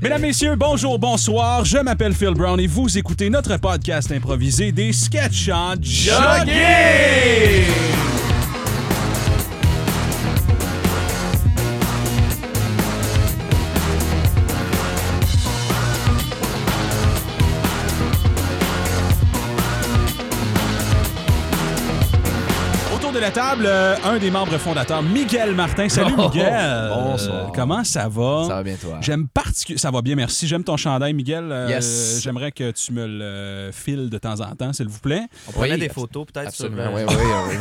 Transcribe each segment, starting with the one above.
Mesdames, Messieurs, bonjour, bonsoir. Je m'appelle Phil Brown et vous écoutez notre podcast improvisé des sketchs en jogging. Autour de la table, euh, un des membres fondateurs, Miguel Martin. Salut, Oh, Miguel. bonsoir. Comment ça va? Ça va bien, toi? J'aime particulièrement. Ça va bien, merci. J'aime ton chandail, Miguel. Euh, Yes. J'aimerais que tu me le files de temps en temps, s'il vous plaît. On prenait Oui, des abs- photos peut-être sur euh, Absolument, le... oui, oui,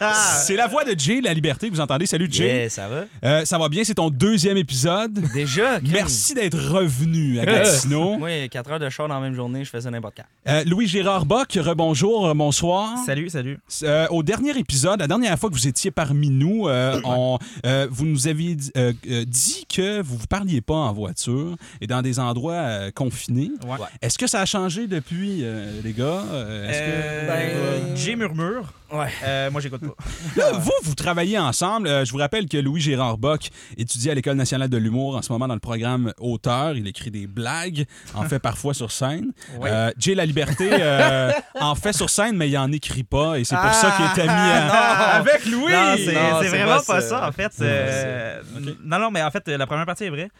oui. C'est la voix de Jay, La Liberté, que vous entendez. Salut, Jay. Yeah, ça va? Euh, ça va bien, c'est ton deuxième épisode. Déjà? Kim? Euh, Merci d'être revenu à Gatineau. Moi, 4 heures de show dans la même journée, je faisais n'importe quoi. Euh, Louis-Gérard Bock, rebonjour, euh, bonsoir. Salut, salut. Euh, au dernier épisode, la dernière fois que vous étiez parmi nous, euh, on, euh, vous nous aviez di- euh, euh, dit que vous ne vous parliez pas en voiture et dans des endroits euh, confinés. Ouais. Est-ce que ça a changé depuis, euh, les gars? Euh, est-ce que- Euh, J'ai murmure. Ouais. Euh, moi, j'écoute pas. Là, vous, vous travaillez ensemble. Euh, je vous rappelle que Louis-Gérard Bock étudie à l'École nationale de l'humour en ce moment dans le programme Auteur. Il écrit des blagues, en fait parfois sur scène. Ouais. Euh, Jay La Liberté euh, en fait sur scène, mais il en écrit pas et c'est pour ça qu'il était mis à... Ah, Avec Louis! Non, c'est c'est- non, c'est vraiment pas pas ça. ça, en fait. Euh, Non, non, mais en fait, euh, la première partie est vraie.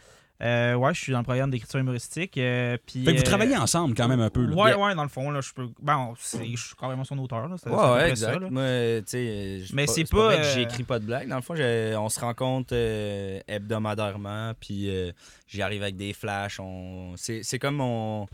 Euh, ouais, je suis dans le programme d'écriture humoristique. euh, puis, Fait que vous euh, travaillez ensemble quand même un peu. là. Ouais, ouais, dans le fond, là, je peux. Ben, c'est- je suis carrément son auteur, là. c'est- c'est à peu Ouais, ouais, près exact. ça, là. Moi, euh, tu sais, je- Mais c'est vrai pas, que euh, j'écris pas de blagues. Dans le fond, j'ai- on se rencontre euh, hebdomadairement, puis euh, j'arrive avec des flashs. On... C'est c'est comme mon,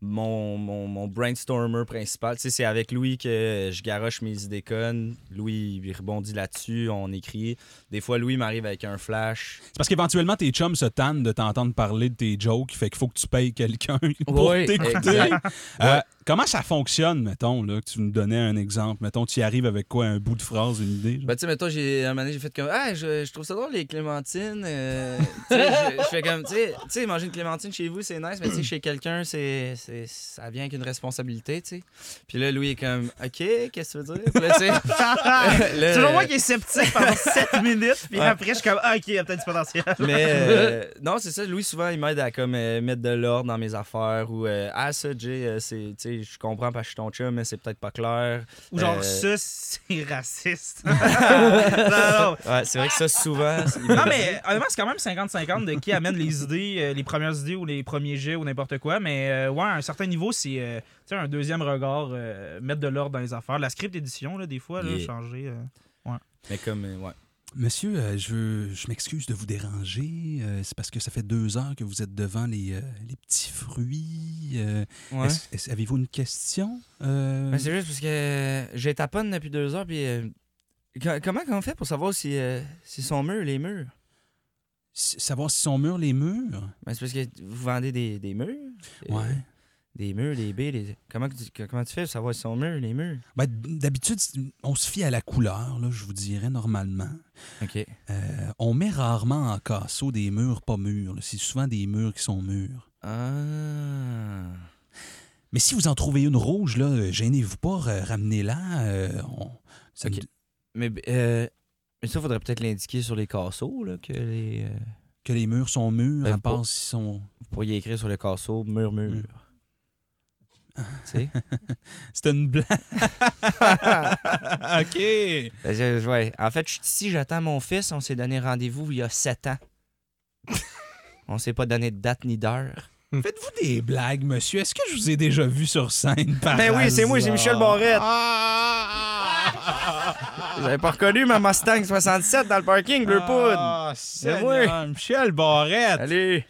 mon, mon, mon brainstormer principal. Tu sais, c'est avec Louis que je garoche mes idées connes. Louis, il rebondit là-dessus, on écrit. Des fois, Louis m'arrive avec un flash. C'est parce qu'éventuellement, tes chums se tannent de t'entendre parler de tes jokes. Fait qu'il faut que tu payes quelqu'un pour Ouais, t'écouter. exact. Euh, comment ça fonctionne, mettons, là, que tu nous donnais un exemple? Mettons, tu y arrives avec quoi? Un bout de phrase, une idée? genre? Ben, tu sais, mettons, j'ai, un moment donné, j'ai fait comme, ah, je, je trouve ça drôle, les clémentines. euh, tu sais, je, je fais comme, tu sais- tu sais, manger une clémentine chez vous, c'est nice, mais tu sais, chez quelqu'un, c'est, c'est, ça vient avec une responsabilité, tu sais. Puis là, Louis est comme, OK, qu'est-ce que tu veux dire? Puis là, tu sais. là, C'est toujours moi qui est sceptique pendant 7 minutes, puis Ouais. après, je suis comme, ah, ok, il y a peut-être du potentiel. Mais euh, non, c'est ça. Louis, souvent, il m'aide à comme, euh, mettre de l'ordre dans mes affaires ou euh, Ah, ça, Jay, euh, c'est, tu sais, je comprends parce que je suis ton chum, mais c'est peut-être pas clair. Ou genre, Euh, ça, c'est raciste. non, non. Ouais, c'est vrai que ça, souvent. c'est- il me Non, mais honnêtement, c'est quand même 50-50 de qui amène les idées, euh, les premières idées ou les premiers jets ou n'importe quoi. Mais euh, ouais, à un certain niveau, c'est euh, tu sais, un deuxième regard, euh, mettre de l'ordre dans les affaires. La script édition, là, des fois, là, Yeah. changer. euh. Mais comme, euh, ouais. Monsieur, euh, je, veux- je m'excuse de vous déranger. euh, c'est parce que ça fait deux heures que vous êtes devant les, euh, les petits fruits. euh, ouais. est-ce- est-ce- Avez-vous une question? Euh, Mais c'est juste parce que euh, j'ai été à panne depuis deux heures, puis euh, co- comment qu'on fait pour savoir si, euh, si sont mûrs les murs? s- savoir si sont mûrs les murs? Ben, c'est parce que vous vendez des, des murs? Euh, Des murs, des baies, des... Comment, que tu, que- comment tu fais pour savoir si sont mûrs les murs? Ben, d- D'habitude, c- on se fie à la couleur, là, je vous dirais, normalement. OK. Euh, on met rarement en casseau des murs pas mûrs. là. C'est souvent des murs qui sont mûrs. Ah... Mais si vous en trouvez une rouge, là, euh, gênez-vous pas, ra- ramenez-la. euh, on- ça Ok. nous- Mais, euh, mais ça, faudrait peut-être l'indiquer sur les casseaux, là, que les... euh, Que les murs sont mûrs, Ben, à part pas- s'ils sont... vous pourriez écrire sur le casseau « mur, mur ». Tu sais? C'était une blague. OK. Ben, je- ouais. En fait, je suis ici, j'attends mon fils. On s'est donné rendez-vous il y a sept ans. on s'est pas donné de date ni d'heure. Faites-vous des blagues, monsieur? Est-ce que je vous ai déjà vu sur scène par Ben hasard? Barrette. Vous avez pas reconnu ma Mustang 67 dans le parking, bleu poudre. Ah, Mais Ben c'est oui. Michel Barrette. Allez.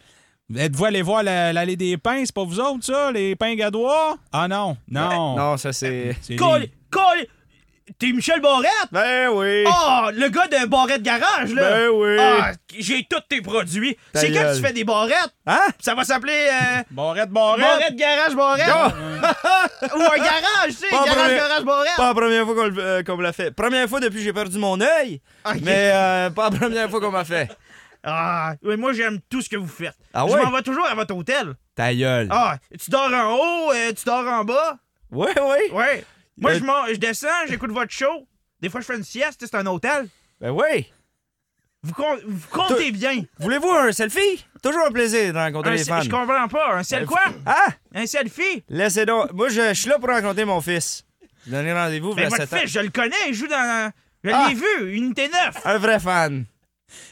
Êtes-vous allé voir la- l'allée des pins? C'est pas vous autres, ça? Les pins gadois? Ah non, non. Non, ça c'est. C'est les- Colle, colle! T'es Michel Barrette? Ben oui. Oh, le gars de Barrette Garage, là! Ben oui. Ah, j'ai tous tes produits. Ta C'est quand gueule. tu fais des barrettes? Hein? Ça va s'appeler euh, Barrette, Barrette. Barrette Garage Barrette? Ou un garage, tu sais, Pas Garage premier- Garage Barrette! Pas la première fois qu'on le- euh, qu'on me l'a fait. Première fois depuis que j'ai perdu mon œil, Ok. mais euh, pas la première fois qu'on m'a fait. Ah, oui, moi j'aime tout ce que vous faites. Ah je ouais? m'en vais toujours à votre hôtel. Ta gueule. Ah, tu dors en haut, euh, tu dors en bas. Oui, oui. Ouais. Moi, Euh, je, m'en- je descends, j'écoute votre show. Des fois, je fais une sieste, c'est un hôtel. Ben oui. Vous, com- vous comptez bien. Voulez-vous un selfie? Toujours un plaisir de rencontrer Un les se- fans. je comprends pas. Un Euh, selfie quoi? Ah! Un selfie? Laissez donc. Moi, je, je suis là pour rencontrer mon fils. Donnez rendez-vous Mais vers Ben, votre 7 ans. fils, je le connais, il joue dans. Je Ah! l'ai vu, Unité 9. Un vrai fan.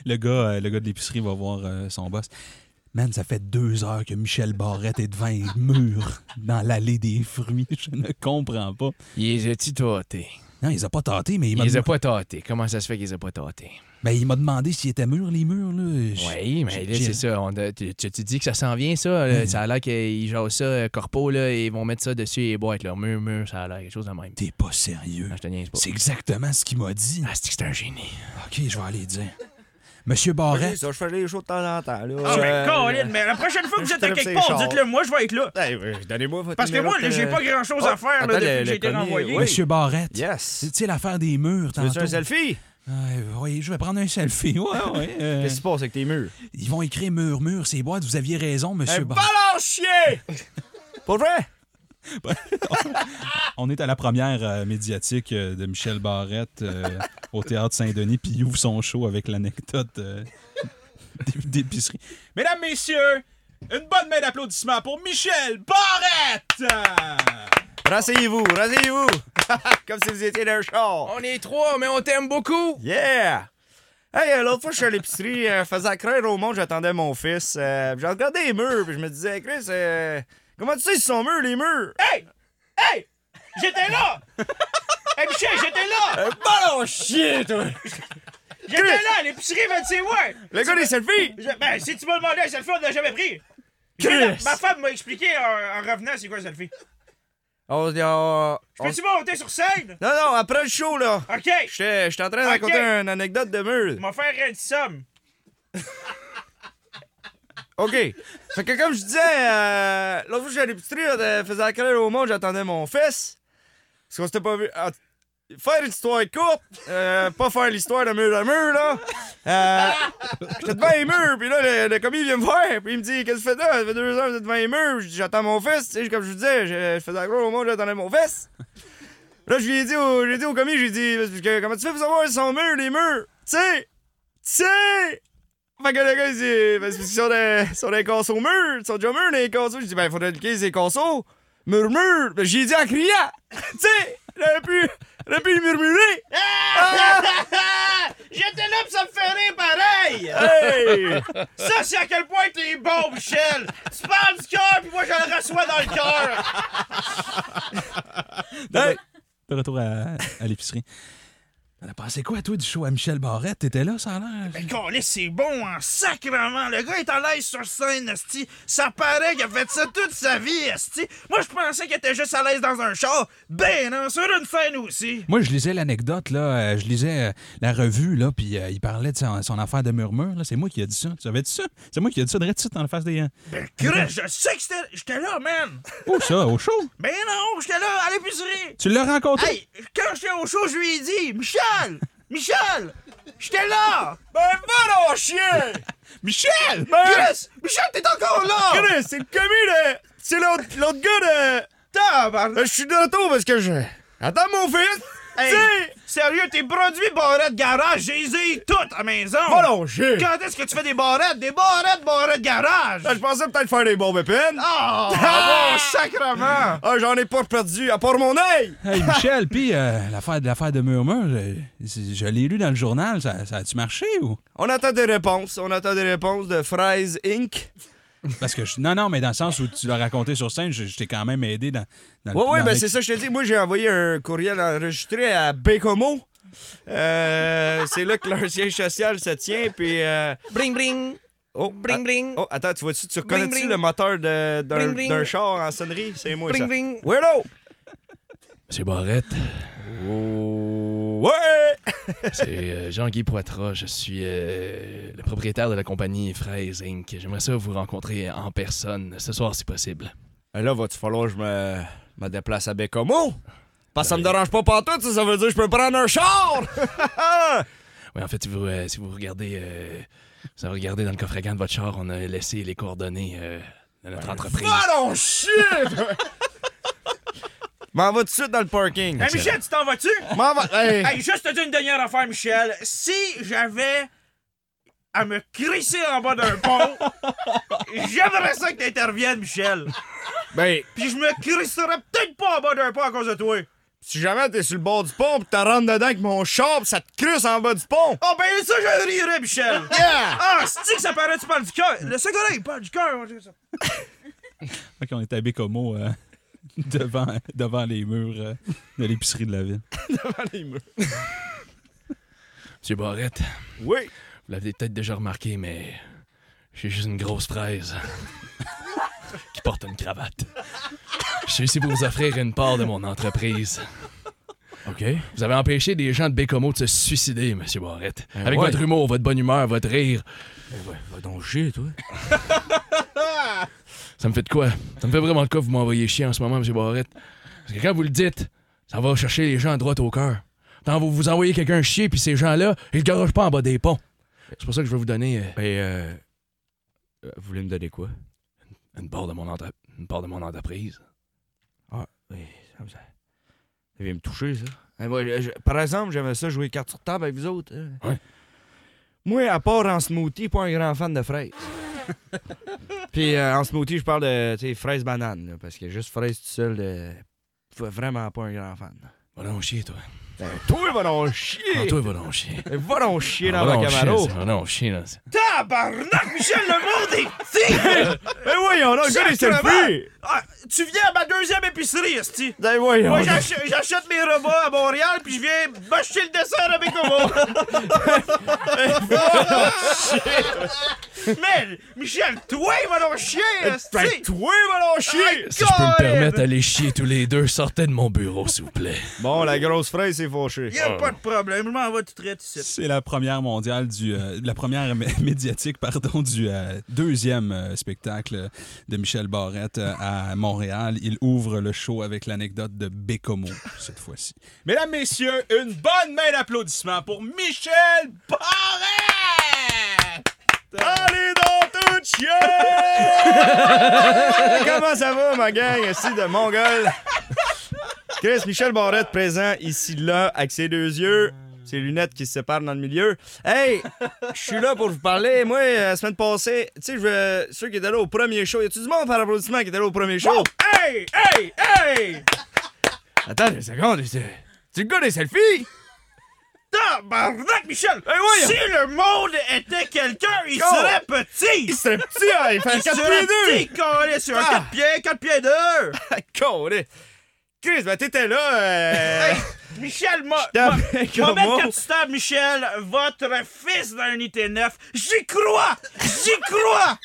Le gars, euh, le gars de l'épicerie va voir euh, son boss. Man, ça fait deux heures que Michel Barrette est devant un mur dans l'allée des fruits. Je ne comprends pas. Il les a-tu tâtés? Non, il les a pas tâtés, mais il Il m'a les a dem- pas tâtés. Comment ça se fait qu'il les a pas tâtés? ben, il m'a demandé s'ils étaient mûrs, les murs. Là. Je- Oui, mais j'ai- là, j'ai- c'est ça. On a- tu, tu- tu dis que ça s'en vient, ça. là. Ça a l'air qu'ils jouent ça, euh, corpo, là, et ils vont mettre ça dessus et boîte, leur mur, mur, ça a l'air quelque chose de même. T'es pas sérieux. Non, Ah, je te niaise pas. C'est exactement ce qu'il m'a dit. Ah, c'est que c'est un génie. OK, je vais aller dire. Monsieur Ok, Barrette, ça, Je fais des shows de temps en temps. Là. Ah, Euh, mais Colin, mais la prochaine fois que vous êtes à Philippe quelque part, Séchard. dites-le moi, je vais être là. Hey, euh, Donnez-moi votre Parce que numéro moi, là, de- j'ai pas grand chose oh, à faire là, attends, depuis le- que j'ai le été commis, renvoyé. oui. Monsieur Barrette, Yes. tu sais, l'affaire des murs, Tu veux tantôt. un selfie? Ouais, oui, je vais prendre un selfie. Ouais, ouais. euh, Qu'est-ce qui se passe avec tes murs? ils vont écrire murmure, c'est boîtes. Vous aviez raison, monsieur Un Barrette. balance chier! Pour vrai? On est à la première euh, médiatique euh, de Michel Barrette euh, au Théâtre Saint-Denis, puis il ouvre son show avec l'anecdote euh, d'é- d'épicerie. Mesdames, messieurs, une bonne main d'applaudissements pour Michel Barrette! Rasseyez-vous, rasseyez-vous! Comme si vous étiez d'un char. On est trois, mais on t'aime beaucoup! Yeah! Hey, euh, l'autre fois, je suis à l'épicerie, euh, faisais craindre au monde, j'attendais mon fils. euh, puis j'ai regardé les murs, puis je me disais, Chris, euh, comment tu sais si sont murs, les murs? Hey! Hey! J'étais là! hey, Michel, j'étais là! Un ballon Euh, chier, toi! J'étais là à l'épicerie, mais tu sais, ouais! Le gars des selfies! Je- Ben, si tu m'as demandé un selfie, on l'a jamais pris! Chris! Ma femme m'a expliqué en, en revenant c'est quoi un selfie. On, se dit, on- Je on- peux-tu monter sur scène? Non, non, après le show, là, Ok! j'étais j'étais en train de raconter Ok. une anecdote de mur. Je vais faire une somme. OK. Fait que comme je disais, euh, l'autre fois, je suis à l'épicerie, je faisais craindre au monde, j'attendais mon fils. Parce qu'on s'était pas vu. Ah, faire une histoire courte, euh, pas faire l'histoire de mur à mur, là. Euh, J'étais devant les murs, puis là, le, le commis vient me voir, puis il me dit Qu'est-ce que tu fais là Ça fait deux heures que vous êtes devant les murs, Je dis, j'attends mon fils. Tu sais, comme je vous disais, je, je faisais accroire au monde, j'attendais mon fils. Là, je lui ai dit au, j'ai dit au commis, j'ai dit Parce que Comment tu fais pour savoir si sont murs, les murs Tu sais Tu sais fait que le gars, il dit, ben, parce qu'ils sont des, sont des cassos au mur, ils sont déjà mûrs, les cassos. J'ai dit, ben, faudrait cliquer ces cassos. Murmure. Ben, j'ai dit en criant. tu sais, j'aurais pu, j'aurais pu murmurer. J'étais là pis ça me fait rire pareil! Hey! Ça, c'est à quel point t'es bon, Michel! Tu parles du cœur pis moi je le reçois dans le cœur! Hey! De retour à, à l'épicerie. T'en as pensé quoi, toi, du show à Michel Barrette? T'étais là, ça a l'air? Ben, golly, c'est bon en sacrement! Le gars est à l'aise sur scène, Esti! Ça paraît qu'il a fait ça toute sa vie, Esti! Moi, je pensais qu'il était juste à l'aise dans un char! Ben non, sur une scène aussi! Moi, je lisais l'anecdote, là. euh, je lisais euh, la revue, là, puis euh, il parlait de son, son affaire de murmure, là. C'est moi qui ai dit ça. Tu savais-tu ça? C'est moi qui ai dit ça, direct ça, dans la face des... euh, Ben, Chris, je sais que c'était- j'étais là, man! Où ça? Au show? Ben non, j'étais là, à l'épicerie! Tu l'as rencontré? Hey, quand j'étais au show, je lui ai dit Michel Michel J'étais là Ben, va donc, chien! Michel! Ben, Chris Michel, t'es encore là Chris, c'est le commis de. C'est l'autre, l'autre gars de. Tabarnak. Euh, Je suis de retour parce que je. Attends mon fils! Hey, Tu sais! Sérieux, tes produits barrettes garage, j'ai les ai toutes à maison Va donc, chier! Quand est-ce que tu fais des barrettes Des barrettes, barrettes garage Je pensais peut-être faire des bombes épines. Oh, bon sacrement Ah, j'en ai pas perdu, à part mon œil! Hey, Michel, puis euh, l'affaire, l'affaire de murmure, je, c'est- je l'ai lu dans le journal. Ça, ça a-tu marché ou? On attend des réponses. On attend des réponses de Fraise Inc. Parce que je- Non, non, mais dans le sens où tu l'as raconté sur scène, je, je t'ai quand même aidé dans, dans le... Oui, oui, dans ben le- c'est ça, je te dis. Moi, j'ai envoyé un courriel enregistré à Bécomo. Euh, c'est là que leur siège social se tient, puis... euh, Bring, bring! Oh, Bring, ah- bring. Oh, attends, tu vois-tu, tu reconnais-tu bring. le moteur de- d'un Bring, bring. d'un char en sonnerie? C'est moi, Bring, ça. bring. Weirdo! C'est Barrette. Oh. Ouais! C'est euh, Jean-Guy Poitras. Je suis euh, le propriétaire de la compagnie Fraise Inc. J'aimerais ça vous rencontrer en personne ce soir, si possible. Ben Là, va-tu falloir que je me, me déplace à Bécomo? Parce que ça me dérange pas partout, ça, ça veut dire que je peux prendre un char! Oui, en fait, si vous, euh, si vous regardez, euh, si vous regardez dans le coffre à gants de votre char, on a laissé les coordonnées euh, de notre entreprise. Va donc chier! toi! M'en va tout de suite dans le parking. Hey, Michel, tu t'en vas-tu M'en va... Hey. Hey, juste te dire une dernière affaire, Michel. Si j'avais à me crisser en bas d'un pont. J'aimerais ça que t'interviennes, Michel. Ben, Puis je me crisserais peut-être pas en bas d'un pont à cause de toi. si jamais t'es sur le bord du pont pis t'en rentres dedans avec mon char pis ça te cruce en bas du pont! Oh ben ça, je rirais, Michel. Yeah! Ah, c'est que ça paraît tu parles du cœur. Le second il parle du cœur. moi, je dis ça. Fait qu'on est à Bécomo euh, devant, devant les murs euh, de l'épicerie de la ville. Monsieur Barrette, Oui! vous l'avez peut-être déjà remarqué, mais j'ai juste une grosse fraise qui porte une cravate. Je suis ici pour vous offrir une part de mon entreprise. OK. Vous avez empêché des gens de Bécomo de se suicider, Monsieur Barrette. Eh Avec ouais. Eh votre humour, votre bonne humeur, votre rire, Va donc chier, toi. ça me fait de quoi? Ça me fait vraiment de quoi que vous m'envoyez chier en ce moment, Monsieur Barrette. Parce que quand vous le dites, ça va chercher les gens à droite au cœur. Tant vous vous envoyez quelqu'un chier, puis ces gens-là, ils le garagent pas en bas des ponts. C'est pour ça que je vais vous donner... euh, Ben, euh, euh, vous voulez me donner quoi? une part de mon, entre- une part de mon entreprise. Oui, ça me... Ça vient me toucher, ça. Eh, moi, je- je- par exemple, j'aimais ça jouer carte sur table avec vous autres. hein. Ouais. Moi, à part en smoothie, pas un grand fan de fraises. Puis euh, en smoothie, je parle de tu sais, fraises bananes, là, parce que juste fraises tout seul, euh, f- vraiment pas un grand fan. Va donc chier, toi. Ben, toi, va donc chier! Non, toi, va donc chier. Ben, Va donc chier dans Va ma donc camaro! chier, ça. Va donc chier, là. C'est- Tabarnak, Michel, le monde est petit. Ben voyons, là, le gars, il s'est levé! Ah, tu viens à ma deuxième épicerie, esti. Ben voyons! Moi, donc. j'ach- j'achète mes repas à Montréal, puis je viens m'acheter le dessert avec moi. Mais, Michel, toi, il va donc chier, Ben, esti. toi, va donc chier! Si je peux me Colin! permettre d'aller chier tous les deux, sortez de mon bureau, s'il vous plaît. Bon, la grosse fraise s'est fauchée. Y a pas de problème, je m'en vais tout traiter ici. C'est la première mondiale du. euh, la première mé- médiatique, pardon, du euh, deuxième euh, spectacle de Michel Barrette euh, à Montréal. Il ouvre le show avec l'anecdote de Bécomo, cette fois-ci. Mesdames, messieurs, une bonne main d'applaudissements pour Michel Barrette! Allez dans tout chien! Comment ça va, ma gang, ici de Mongol? Chris Michel Barrette présent ici, là, avec ses deux yeux, ses lunettes qui se séparent dans le milieu. Hey, je suis là pour vous parler. Moi, euh, la semaine passée, tu sais, je veux- ceux qui étaient là au premier show, y a-tu du monde par applaudissement qui était là au premier show? Hey, hey, hey! Attends une seconde, c'est. Tu le gars des selfies? Tabarnak, Michel! voyons! si le monde était quelqu'un, il Con! serait petit! Il serait petit, hein, il fait 4 serait pieds petit, calé, sur un Ah! 4 pieds, 4 pieds 2! 2! Chris, ben t'étais là, euh. Michel, moi, J'étais moi, avec moi, un mettre mot. que tu tapes, Michel, votre fils d'un IT9, j'y crois! J'y crois!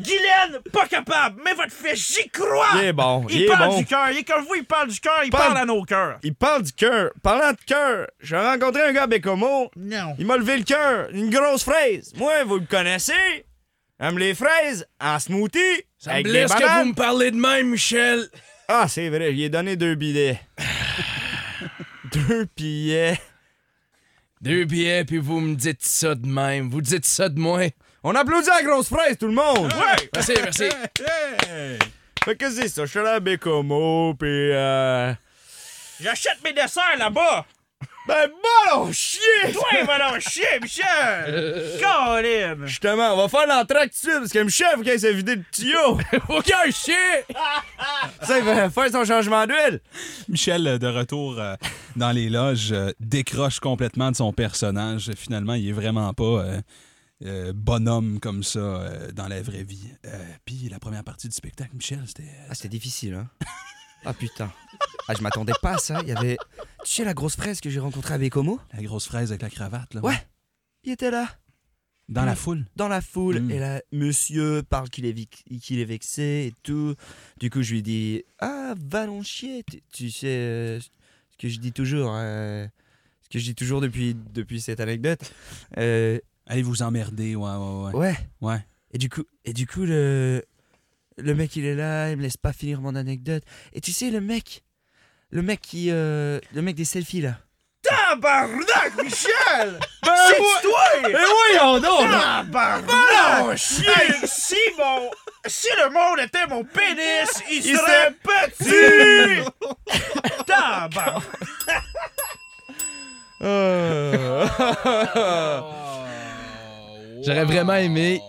Guylaine, pas capable, mais votre fils, j'y crois! Il est bon, Il il est parle bon. du cœur, il est comme vous, il parle du cœur, il Parle- parle à nos cœurs. Il parle du cœur. Parlant de cœur, j'ai rencontré un gars à Bécomo. Non. Il m'a levé le cœur. Une grosse fraise. Moi, vous le connaissez. J'aime les fraises en smoothie. Ça me avec blesse des que vous bananes. me parlez de même, Michel. Ah, c'est vrai, j'ai donné deux billets. deux billets. Deux billets, puis vous me dites ça de même. Vous dites ça de moi. On applaudit la grosse fraise, tout le monde. Merci, merci. Fait que c'est ça, je suis allé à Bécomo, pis euh... J'achète mes desserts là-bas! Ben, bon, chier! Toi, il va leur chier, Michel! Colin! Justement, on va faire l'entrée tout de suite, parce que Michel, faut qu'il s'est vidé le tuyau. Aucun chien! ça, il va faire son changement d'huile. Michel, euh, de retour euh, dans les loges, euh, décroche complètement de son personnage. Finalement, il est vraiment pas euh, euh, bonhomme comme ça euh, dans la vraie vie. Euh, Puis la première partie du spectacle, Michel, c'était. euh, Ah, c'était difficile, hein? Ah, putain. Ah, je m'attendais pas à ça. Il y avait. Tu sais, la grosse fraise que j'ai rencontrée à Bécomo? La grosse fraise avec la cravate, là. Ouais. Il était là, Dans Mm. la foule. dans la foule. Mm. Et là, monsieur parle qu'il est, vic- qu'il est vexé et tout. Du coup, je lui dis Ah, Valonchier, tu, tu sais euh, ce que je dis toujours. euh, ce que je dis toujours depuis, depuis cette anecdote. Euh, Allez vous emmerder, ouais, ouais, ouais. ouais. Ouais. Et du coup, et du coup le, le mec, il est là, il me laisse pas finir mon anecdote. Et tu sais, le mec, le mec qui, euh, le mec des selfies là. Tabarnak, Michel! Ben C'est toi! voyons donc! Ben Ah, Tabarnak! Hey, si mon... Si le monde était mon pénis, il, Il serait petit! Tabarnak! Oh. Euh, J'aurais vraiment aimé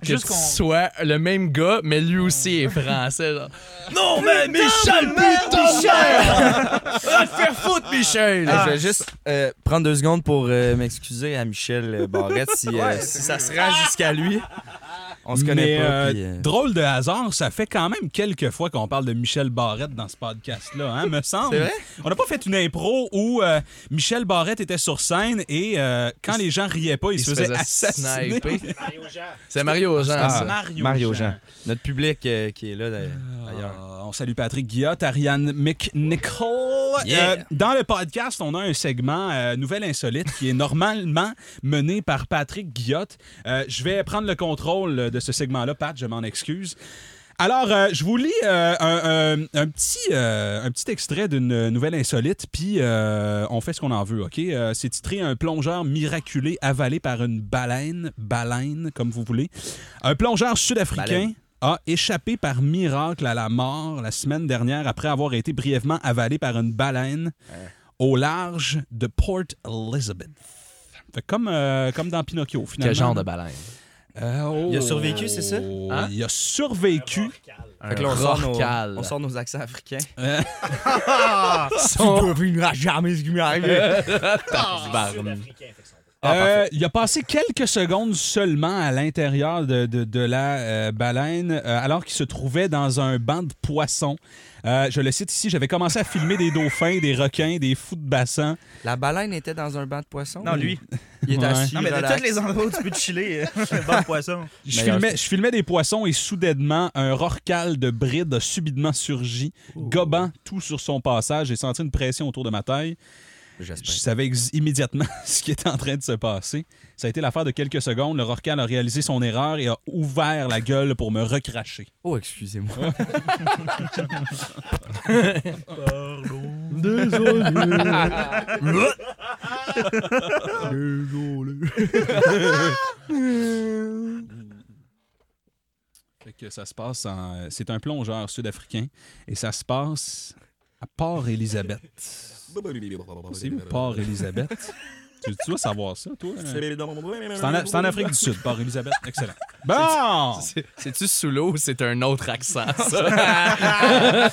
que Juste tu qu'on- sois le même gars, mais lui aussi est français. genre. Non, Ah, mais Michel, Ah. putain! Va te faire foutre, Michel! Ah, Hey, je vais juste euh, prendre deux secondes pour euh, m'excuser à Michel euh, Barrette si, euh, si ça se rend jusqu'à lui. On se Mais, connaît pas. euh, puis, euh, Drôle de hasard, ça fait quand même quelques fois qu'on parle de Michel Barrette dans ce podcast-là, hein, me semble. C'est vrai? On n'a pas fait une impro où euh, Michel Barrette était sur scène et euh, quand les gens riaient pas, il, se faisait assassiner. sniper. C'est Mario Jean. Ah, ça. Mario, Mario Jean. Jean. Notre public euh, qui est là d'ailleurs. Ah, on salue Patrick Guillot, Ariane McNichol. Yeah. Euh, dans le podcast, on a un segment euh, Nouvelle Insolite qui est normalement mené par Patrick Guillot. Euh, je vais prendre le contrôle de ce segment-là, Pat, je m'en excuse. Alors, euh, je vous lis euh, un, un- un petit, euh, un petit extrait d'une nouvelle insolite, puis euh, on fait ce qu'on en veut, OK? Euh, c'est titré Un plongeur miraculé avalé par une baleine, baleine, comme vous voulez. Un plongeur sud-africain Baleine. a échappé par miracle à la mort la semaine dernière après avoir été brièvement avalé par une baleine au large de Port Elizabeth. Fait comme, euh, comme dans Pinocchio, finalement. Quel genre de baleine? Euh, oh. Il a survécu, c'est ça? Hein? Il a survécu. Fait que là, on, sort nos, on sort nos accents africains. Euh, Son- jamais ce qui m'est arrivé. Euh, il a passé quelques secondes seulement à l'intérieur de, de- de la euh, baleine, euh, alors qu'il se trouvait dans un banc de poissons. Euh, je le cite ici, j'avais commencé à filmer des dauphins, des requins, des fous de bassin. La baleine était dans un banc de poissons? Ah, Non, lui. Il est Ouais. assis. Non, mais de relax. tous les endroits où tu peux te chiller, euh, bon poisson. Je Meilleur. filmais, je filmais des poissons et soudainement, un rorcal de bride a subitement surgi, gobant tout sur son passage. J'ai senti une pression autour de ma taille. Je J'espère. savais ex- immédiatement ce qui était en train de se passer. Ça a été l'affaire de quelques secondes. Le rorcal a réalisé son erreur et a ouvert la gueule pour me recracher. Oh, excusez-moi. Fait que ça se passe en. euh, C'est un plongeur sud-africain et ça se passe à Port-Élisabeth. C'est où Port-Élisabeth? tu, tu dois savoir ça, toi? hein? C'est en, c'est en Afrique du Sud, Port-Élisabeth. Excellent. Bon! C'est- C'est-tu sous l'eau ou c'est un autre accent, ça?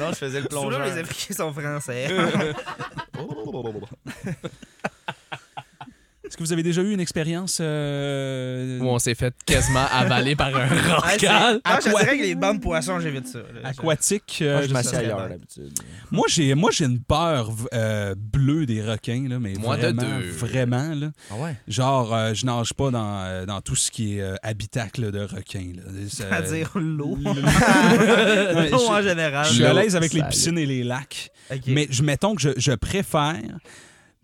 Non, je faisais le Plongeur. les plongeur. Africains sont français. Euh, Est-ce que vous avez déjà eu une expérience. euh, Où on s'est fait quasiment avaler par un rorcal. Ah, je dirais que les bandes poissons, j'évite ça. là. Aquatique. euh, Moi, je m'assieds serais ailleurs bien. d'habitude. moi, j'ai, moi, j'ai une peur v- euh, bleue des requins, là, mais Moi, de vraiment, deux. vraiment. Là. Ah ouais? Genre, euh, je nage pas dans, euh, dans tout ce qui est euh, habitacle de requins. là. Ça- C'est-à-dire l'eau. Le- L'eau je- en général. Je suis à l'aise avec les Sale. piscines et les lacs, Ok. mais je mettons que je, je préfère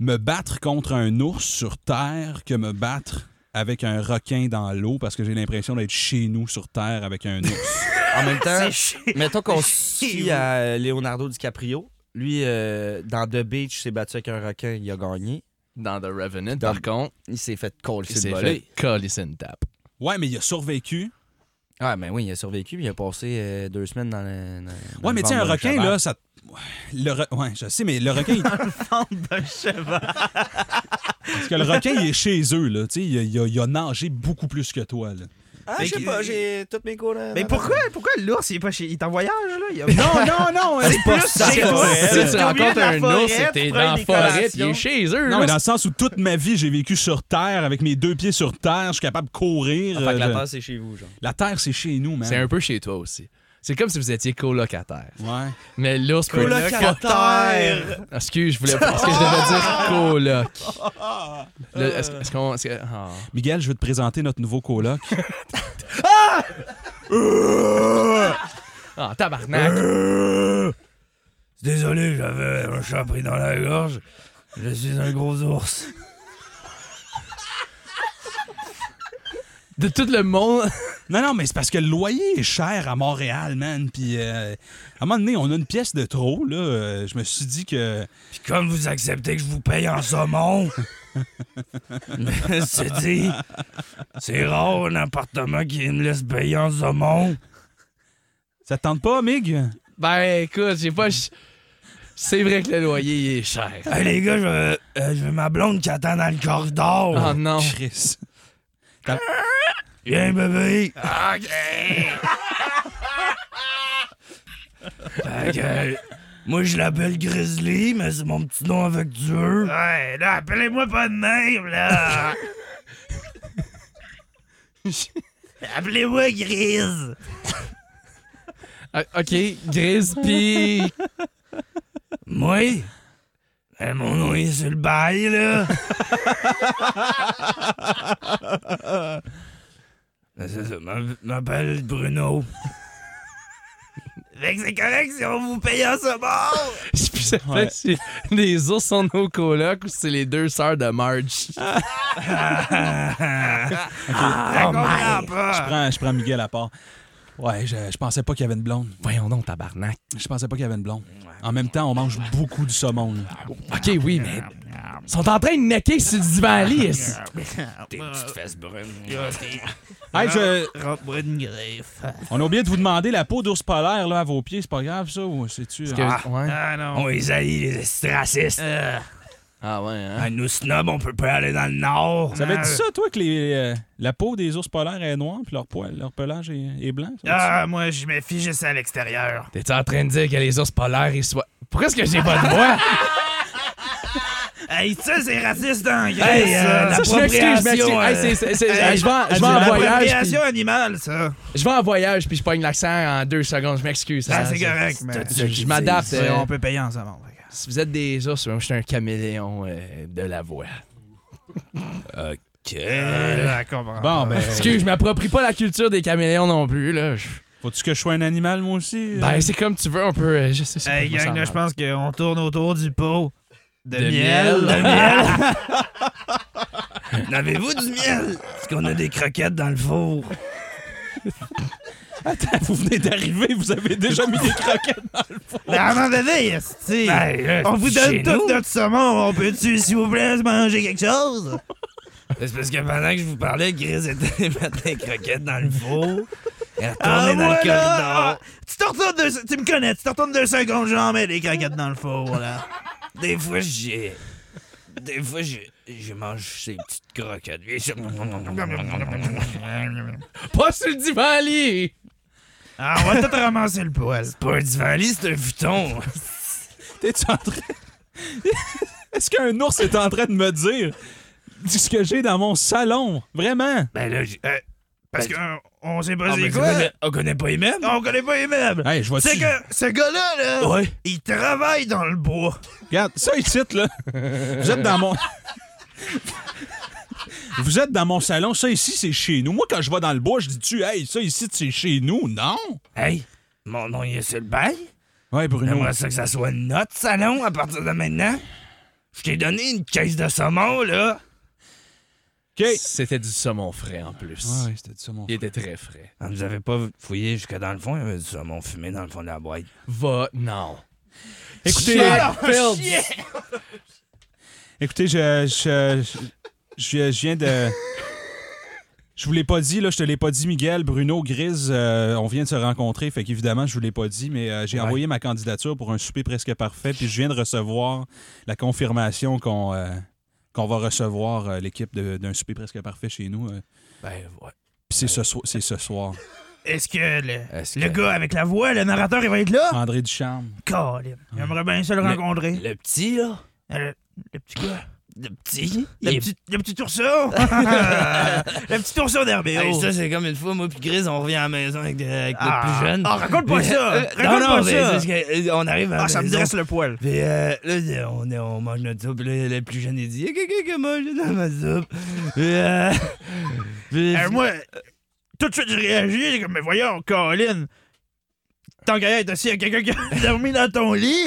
me battre contre un ours sur terre que me battre avec un requin dans l'eau parce que j'ai l'impression d'être chez nous sur terre avec un ours. En même temps, C'est chiant. mettons qu'on C'est suit chiant. à euh, Leonardo DiCaprio. Lui, euh, dans The Beach, il s'est battu avec un requin, il a gagné. Dans The Revenant, Dans- par contre, Il s'est fait coller il le s'est volet. fait coller sur une tape. Ouais, mais il a survécu. Ah, mais oui, il a survécu, puis il a passé euh, deux semaines dans le. dans- dans Ouais, mais le tiens, un ventre d'un requin, cheval. là, ça. Ouais, Le re- Ouais, je sais, mais le requin. il- Un cheval. Parce que le requin, il est chez eux, là. Tu sais, il, a- il a- il a nagé beaucoup plus que toi, là. Ah, Mais je sais qui- pas, j'ai toutes mes cours là. Mais pourquoi, pourquoi l'ours, il est pas chez. Il est en voyage, là? Il a- Non, non, non! C'est plus chez pas toi. vrai. C'est Si tu au milieu rencontres de la un forêt, ours, c'était tu prends dans la des forêt, puis il collations. est chez eux. Non, là. mais dans le sens où toute ma vie, j'ai vécu sur Terre, avec mes deux pieds sur Terre, je suis capable de courir. Ah, Fait que la euh, terre, c'est chez vous, genre. La Terre, c'est chez nous, man. C'est un peu chez toi aussi. C'est comme si vous étiez colocataire. Ouais. Mais l'ours peut Ah, Colocataire. Excuse, je voulais pas. Est-ce que je devais dire coloc? Le- Est-ce est-ce qu'on. est-ce que- ah. Miguel, je veux te présenter notre nouveau coloc. Ah, tabarnak! Désolé, j'avais un chat pris dans la gorge. Je suis un gros ours. De tout le monde. non, non, mais c'est parce que le loyer est cher à Montréal, man. Puis euh, à un moment donné, on a une pièce de trop, là. Euh, je me suis dit que. Puis comme vous acceptez que je vous paye en saumon, c'est dit, c'est rare un appartement qui me laisse payer en saumon. Ça te tente pas, Mig? Ben écoute, j'ai pas. ch- C'est vrai que le loyer il est cher. Hey les gars, je veux, euh, je veux ma blonde qui attend dans le corridor. Oh non. Chris. Viens, bébé. OK. Fait que, moi, je l'appelle Grizzly, mais c'est mon petit nom avec E. Dieu. Ouais, là, appelez-moi pas de même, là. appelez-moi Grizz. Ah, OK, Grise, puis... Moi? Ben, mon nom est sur le bail, là. Ben, c'est ça, m'app- m'appelle Bruno. Fait que c'est correct si on vous paye en mort. Je sais plus ça fait si les ours sont nos colocs ou si c'est les deux sœurs de Marge. Ah, oh Je comprends Ah, Je pas. prends, je prends Miguel à part. Ouais, je, je pensais pas qu'il y avait une blonde. Voyons donc, tabarnak. Je pensais pas qu'il y avait une blonde. En même temps, on mange beaucoup de saumon. là. OK, oui, mais... Ils sont en train de necker sur le divan lit. est-ce- Ah, Tes petites fesses brunes. Hey, je- Rembourre une griffe. on a oublié de vous demander la peau d'ours polaire là, à vos pieds. C'est pas grave, ça? Ou c'est-tu... Que- Ah, ouais. Ah non. Euh. On les haït, les racistes. Ah ouais, hein? Ah, nous snobs, on peut pas aller dans le nord. Ça veut dire ça, toi, que les, euh, la peau des ours polaires est noire puis leur, poil, leur pelage est, est blanc? ça? Ah, moi, je me fiche juste à l'extérieur. T'es en train de dire que les ours polaires, ils soient... Pourquoi est-ce que j'ai pas de voix? Hey, ça, c'est raciste hein, en Grèce. Hey, euh, ça, je m'excuse, je m'excuse. l'appropriation, Hey, euh, c'est- c'est- c'est- Hey, Ah, je vais en- je vais en voyage. puis- L'appropriation animale, ça. Je vais en voyage puis je pogne l'accent en deux secondes. Je m'excuse. Ah, hein, c'est ça- correct, mais... Je, je m'adapte. euh, On peut payer ensemble. Si vous êtes des ours, moi, je suis un caméléon euh, de la voix. OK. Je comprends. Bon, ben, Excuse, je m'approprie pas la culture des caméléons non plus. Là. Je- faut-tu que je sois un animal, moi aussi? euh? Ben, c'est comme tu veux, on peut. euh, Je sais, c'est Hey, pas gang, comment là, ça je pense qu'on tourne autour du pot de, De miel. miel. N'avez-vous du miel? Est-ce qu'on a des croquettes dans le four? Attends, vous venez d'arriver, vous avez déjà mis des croquettes. Mais Ben, à un moment donné, esti, on vous donne tout notre saumon. On peut-tu, s'il vous plaît, se manger quelque chose? Ben, C'est parce que pendant que je vous parlais, Gris était mettre des croquettes dans le four. Elle retournait dans le corridor. Ah, tu te retournes deux... Tu me connais, tu te retournes deux secondes, j'en mets des croquettes dans le four, là. Des fois, j'ai... Des fois, je... Je mange ces petites croquettes. marche. Pas sur le divan lit! Ah, on va tout ramasser le poil. C'est pas un divan-lit, c'est un futon. T'es-tu en train. Est-ce qu'un ours est en train de me dire ce que j'ai dans mon salon? Vraiment? Ben là, j'ai- euh, parce Ben, qu'on ben, on sait pas Ah, c'est mais quoi. tu connais- on connaît pas les mêmes? On connaît pas les Ah, mêmes. Hey, je vois C'est que ce gars-là, là, Ouais. il travaille dans le bois. Regarde, ça ici, là. Vous êtes dans mon. Vous êtes dans mon salon, ça ici, c'est chez nous. Moi, quand je vais dans le bois, je dis-tu, hey, ça ici, c'est chez nous? Non! Hey, mon nom, il est sur le bail. Ouais, Bruno. J'aimerais ça que ça soit notre salon à partir de maintenant. Je t'ai donné une caisse de saumon, là. OK. Ouais, C'était du saumon frais en plus. c'était ça, mon Il était très frais. On nous avait Ah, pas fouillé jusqu'à dans le fond. Il y avait du saumon fumé dans le fond de la boîte. Va. Non. Ah, Écoutez, Ah, Sheffield. écoutez, je, je, je, je- je viens de. Je vous l'ai pas dit, là, je te l'ai pas dit, Miguel, Bruno, Grise, euh, on vient de se rencontrer, fait qu'évidemment, je vous l'ai pas dit, mais euh, j'ai envoyé ma candidature pour un souper presque parfait, puis je viens de recevoir la confirmation qu'on euh, qu'on va recevoir euh, l'équipe de- d'un souper presque parfait chez nous. euh. Ben, ouais. Puis c'est ce, so- c'est ce soir. Est-ce que le, Est-ce le que- gars avec la voix, le narrateur, il va être là? André Ducharme. Colin, J'aimerais bien se le Le- rencontrer. Le petit, là. Euh, Le petit gars. Le petit? Il est- Le petit, le petit ourson! le petit ourson d'Herbéo! Hey, ça, c'est comme une fois, moi puis Gris, on revient à la maison avec, de- avec notre Ah. plus jeune. Ah, raconte pas ça! Euh, raconte non, pas non, mais c'est ça! parce que, euh, on arrive à Ah, la ça me maison, dresse le poil. puis, euh, là, on, est- on mange notre soupe. Là, le plus jeune, il dit, il y a quelqu'un qui a mangé dans ma soupe. Puis, euh, puis- Euh, moi, tout de suite, j'ai réagi. J'ai comme, mais voyons, Colin, tant qu'à y être assis, il y a quelqu'un qui a dormi dans ton lit.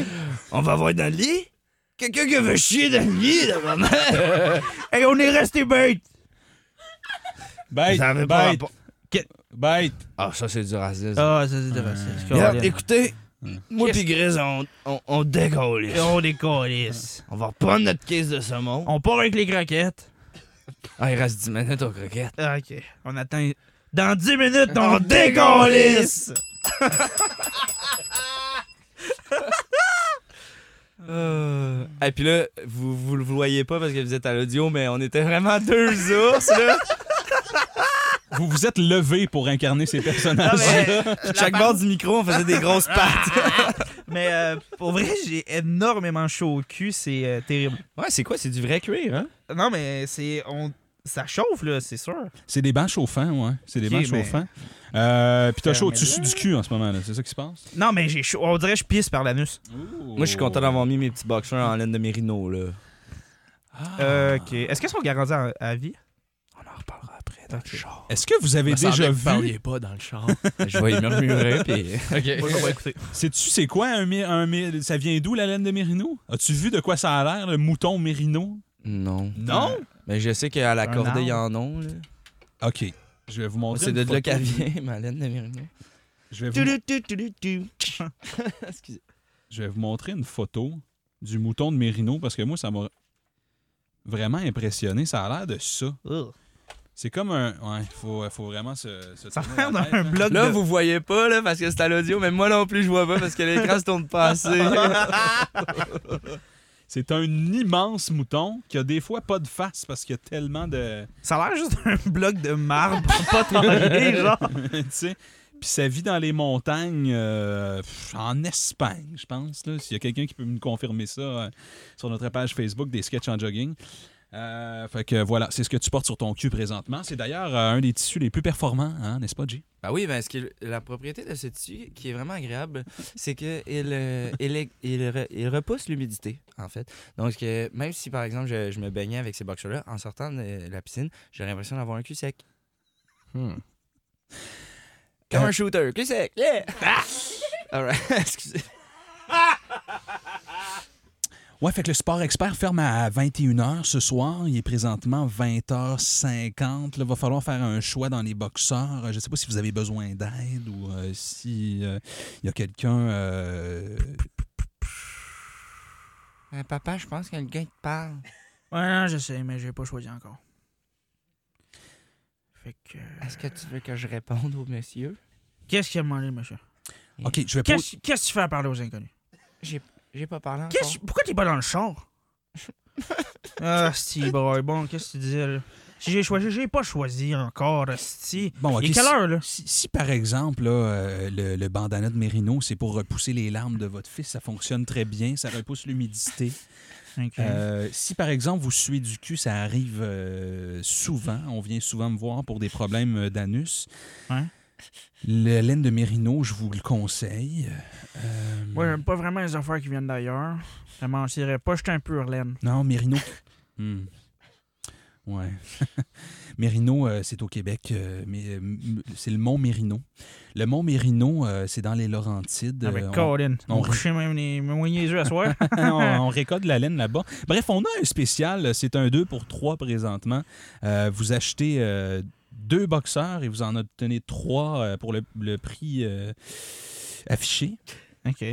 on va voir dans le lit. Quelqu'un qui veut chier dans le lit, là, maman. Et on est resté bêtes. Bête, Ça avait pas rapport. bête. Ah, ça, c'est du racisme. Ah, ça, c'est drôle. Regarde, écoutez, moi Qu'est-ce- puis Gris, on, on, on décolle. On est colis. On va reprendre notre caisse de saumon. On part avec les croquettes. Ah, il reste 10 minutes aux croquettes. Ah, OK. On attend. Dans 10 minutes, on décollisse! Euh... Et puis là, vous, vous le voyez pas parce que vous êtes à l'audio, mais on était vraiment deux ours, là. vous vous êtes levé pour incarner ces personnages. Chaque bord du micro, on faisait des grosses Ah. pattes. Mais euh, pour vrai, j'ai énormément chaud au cul. C'est euh, terrible. Ouais, c'est quoi? C'est du vrai cuir, hein? Non, mais c'est. On... Ça chauffe, là, c'est sûr. C'est des bancs chauffants, ouais. C'est des Ok, bancs mais- chauffants. Euh, Puis t'as chaud Fermez-le. au-dessus du cul en ce moment, là. C'est ça qui se passe? Non, mais j'ai chaud. On dirait que je pisse par l'anus. Moi, je suis content d'avoir mis mes petits boxers en laine de mérino, là. Ah. Euh, ok. Est-ce qu'ils sont garantis à, à vie? On en reparlera après dans le char. Est-ce que vous avez Ça semblait déjà que vu. Vous parliez pas dans le char. Je vais y murmurer, puis... Oui, on va écouter. Sais-tu, c'est quoi un, mi- un mi- Ça vient d'où la laine de Mérino As-tu vu de quoi ça a l'air, le mouton Mérino Non. Non Mais je sais qu'à la Un cordée, arbre. il y en a, là. Ok. Je vais vous montrer. C'est une de là photo. qu'elle vient, ma laine de mérino. Je vais, vous, Excusez. je vais vous montrer une photo du mouton de Mérino parce que moi, ça m'a vraiment impressionné. Ça a l'air de ça. Ugh. C'est comme un. Ouais, faut, faut vraiment se. se Ça tourner a l'air la tête, d'un hein. bloc Là, de... vous voyez pas, là, parce que c'est à l'audio, mais moi non plus, je vois pas, parce que l'écran se tourne pas assez. C'est un immense mouton qui a des fois pas de face parce qu'il y a tellement de. Ça a l'air juste d'un bloc de marbre pas taillé, genre. tu sais. Puis ça vit dans les montagnes euh, pff, en Espagne, je pense. là. S'il y a quelqu'un qui peut me confirmer ça euh, sur notre page Facebook des sketchs en jogging. Euh, fait que voilà, c'est ce que tu portes sur ton cul présentement. C'est d'ailleurs euh, un des tissus les plus performants, hein, n'est-ce pas, G? Ah oui, ben, ce qui est- la propriété de ce tissu qui est vraiment agréable, c'est que il, euh, il, est- il re- il repousse l'humidité, en fait. Donc, euh, même si, par exemple, je, je me baignais avec ces boxers-là, en sortant de la piscine, j'ai l'impression d'avoir un cul sec. Hmm. Comme un shooter, cul sec, yeah! All right, excusez. Ouais, fait que le Sport Expert ferme à 21h ce soir. Il est présentement 20h50. Là, va falloir faire un choix dans les boxeurs. Euh, Je sais pas si vous avez besoin d'aide ou euh, si euh, il y a quelqu'un... euh, Euh, papa, je pense que le gars, il te parle. Ouais, non, je sais, mais j'ai pas choisi encore. Fait que... Est-ce que tu veux que je réponde au monsieur? Qu'est-ce qu'il a demandé, monsieur? OK, je vais pas... Qu'est-ce qu'est-ce que tu fais à parler aux inconnus? J'ai pas parlé encore. Qu'est-ce- Pourquoi t'es pas dans le char? ah, Steve, bon, qu'est-ce que tu disais, là? Si j'ai choisi, j'ai pas choisi encore, Steve. Bon, Il ok, est quelle si- heure, là? Si, si, par exemple, là, euh, le, le bandana de Mérino, c'est pour repousser les larmes de votre fils, ça fonctionne très bien, ça repousse l'humidité. Ok. Euh, si par exemple vous suez du cul, ça arrive euh, souvent, on vient souvent me voir pour des problèmes euh, d'anus. Ouais. La laine de Mérino, je vous le conseille. Euh, Moi, j'aime pas vraiment les affaires qui viennent d'ailleurs. Ça m'en tirerait pas, j'étais un pur laine. Non, Mérino. Hmm. Ouais. Mérino, euh, c'est au Québec. euh, mais, euh, m- c'est le mont Mérino. Le mont Mérino, euh, c'est dans les Laurentides. Avec Euh, on- Ah, ben, Colin. on- On couchait même les moignés yeux à soir. on, on récolte de la laine là-bas. Bref, on a un spécial. C'est un 2 pour 3 présentement. Euh, vous achetez euh, deux boxeurs et vous en obtenez trois euh, pour le, le prix euh, affiché. ok.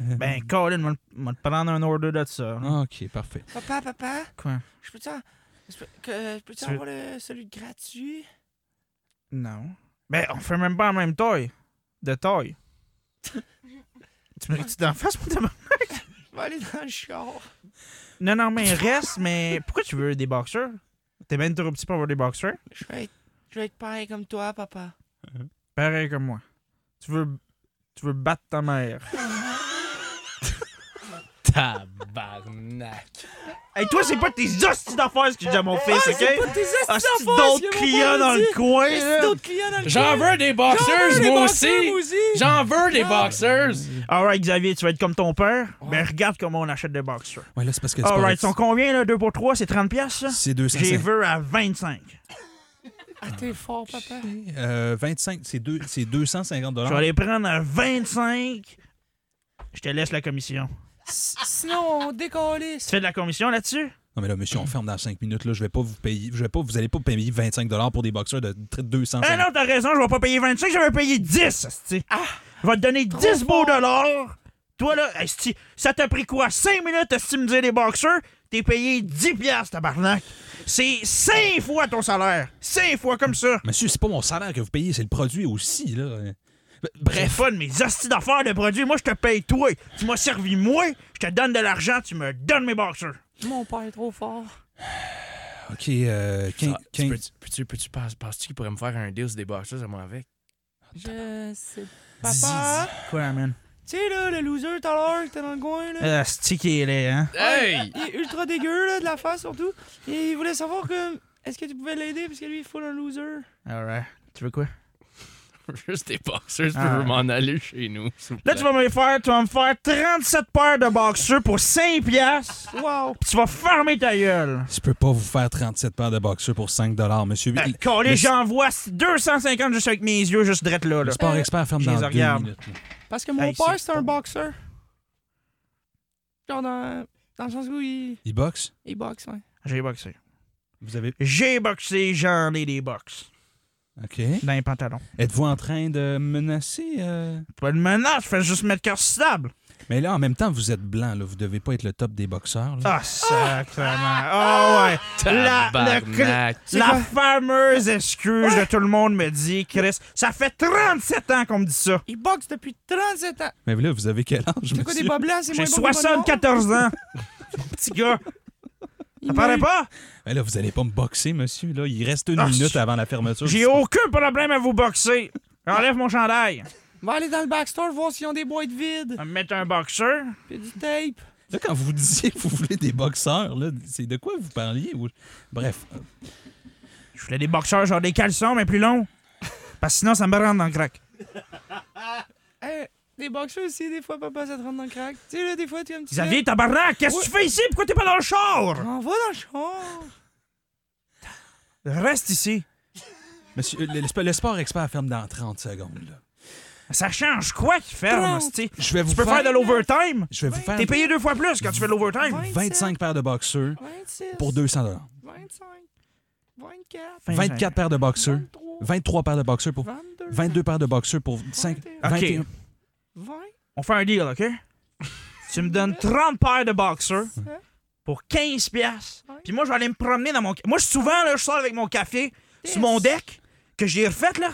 Ben, Colin, m'a- m'a te prendre un order de ça. Ah, OK, parfait. Papa, papa, Quoi? je peux-tu en- je peux- que- je peux-tu Tu veux- avoir le- celui de gratuit? Non. Ben, on fait même pas la même taille. De taille. tu me ris-tu d'en face pour te Je vais aller dans le char. Non, non, mais reste, mais pourquoi tu veux des boxeurs? T'es bien trop petit pour avoir des boxeurs? Je vais être, je vais être pareil comme toi, papa. Pareil comme moi. Tu veux, tu veux battre ta mère. Tabarnak. Hey, toi, c'est pas tes hosties d'affaires ce que je dis à mon fils, ok? Ah, c'est d'autres clients dans le coin, là. J'en veux des boxers, moi aussi. Ah. J'en veux des boxers. Alright, Xavier, tu vas être comme ton père? Ben, regarde comment on achète des boxeurs. Ouais, là, c'est parce que c'est Alright, ils pas- sont combien, là? 2 pour 3, c'est 30 piastres, là? c'est J'ai 250. vu à 25. Euh, 25, c'est deux- c'est 250 Je vais les prendre à 25. Je te laisse la commission. Sinon, on décollisse. Tu fais de la commission là-dessus? Non, mais là, monsieur, on ferme dans 5 minutes. Là, je vais pas vous payer. Je vais pas, vous allez pas payer 25 pour des boxeurs de tr- 250. Ah non, t'as raison, je vais pas payer 25, je vais payer 10, asti. je vais te donner 10 beaux dollars. Toi, là, asti, ça t'a pris quoi? 5 minutes à stimuler les boxeurs? T'es payé 10 piastres, tabarnak. C'est 5 fois ton salaire. 5 fois comme ça. Monsieur, c'est pas mon salaire que vous payez, c'est le produit aussi, là. Bref. Bref. fun, mes astis d'affaires de produits, moi, je te paye toi. Tu m'as servi moi, je te donne de l'argent, tu me donnes mes boxeurs. Mon père est trop fort. OK, euh, quin- Ça, Ah, tu quin- peux- Peux-tu, peux-tu, penses- penses-tu qu'il pourrait me faire un deal sur des boxers à moi avec? Je sais Papa! Quoi, man? Tu sais, là, le loser tout à l'heure, qui était dans le coin, là. Euh, c'est qui est laid, hein? Hey! Il est ultra dégueu, là, de la face surtout. Et il voulait savoir que. Est-ce que tu pouvais l'aider? Parce que lui, il faut un loser. Alright. Tu veux quoi? Juste des boxers, je Ah. peux m'en aller chez nous. s'il vous Là, plaît. tu vas me les faire, tu vas me faire 37 paires de boxers pour 5 piastres. Wow! Puis tu vas fermer ta gueule. Je peux pas vous faire 37 paires de boxers pour 5 monsieur. Hey, Le- Collé, le- j'envoie 250 juste avec mes yeux, juste drette là. Le là. sport expert ferme je les dans deux regarde. minutes. là. Parce que mon Hey, père, c'est c'est un bon. boxeur. Genre dans, dans le sens où il, Il boxe? il boxe, ouais. J'ai boxé. Vous avez... J'ai boxé, j'en ai des box OK. dans les pantalons. Êtes-vous en train de menacer... euh, Pas de menace, fais juste mettre cœur stable. Mais là, en même temps, vous êtes blanc, là. Vous devez pas être le top des boxeurs, là. Ah, sacrement. Ah ouais. La, le cl- Tabarnak! la fameuse excuse de tout le monde me dit, Chris, ça fait 37 ans qu'on me dit ça. Il boxe depuis 37 ans. Mais là, vous avez quel âge, C'est quoi des monsieur? bas blancs? C'est J'ai moins bon que des bas noirs? 74 ans. Petit gars, ça Il paraît meurt. pas? Mais Ben là, vous allez pas me boxer, monsieur, là. Il reste une Ah, minute je- avant la fermeture. J'ai aucun problème à vous boxer. Enlève mon chandail. Va aller dans le backstore voir s'ils ont des boîtes vides. Va me mettre un boxeur. Puis du tape. Là, quand vous disiez que vous voulez des boxeurs, là, c'est de quoi vous parliez? ou- Bref. Je voulais des boxeurs, genre des caleçons, mais plus longs. Parce que sinon, ça me rentre dans le crack. Hey, des boxeurs aussi, des fois, papa, ça te rentre dans le crack. Tu sais, là, des fois, tu es un petit. Xavier, tabarnak, qu'est-ce que tu fais ici? Pourquoi t'es pas dans le char? On va dans le char. Reste ici. Monsieur, le, le- le sport expert ferme dans 30 secondes, là. Ça change quoi qu'il ferme, Trente. hostie? Je vais vous Tu peux faire de l'overtime? Je vais vous faire T'es payé deux fois plus quand tu fais de l'overtime. 25 paires de boxeurs 26. pour 200 dollars. 25. 24. 24 paires de boxeurs, 23. 23 paires de boxeurs pour 22. 22 paires de boxeurs pour 5 21. 20. On fait un deal, OK? tu me donnes 30 paires de boxers pour 15 pièces. Puis moi, je vais aller me promener dans mon... ca- Moi, je- souvent, là, je sors avec mon café sur mon deck que j'ai refait, là.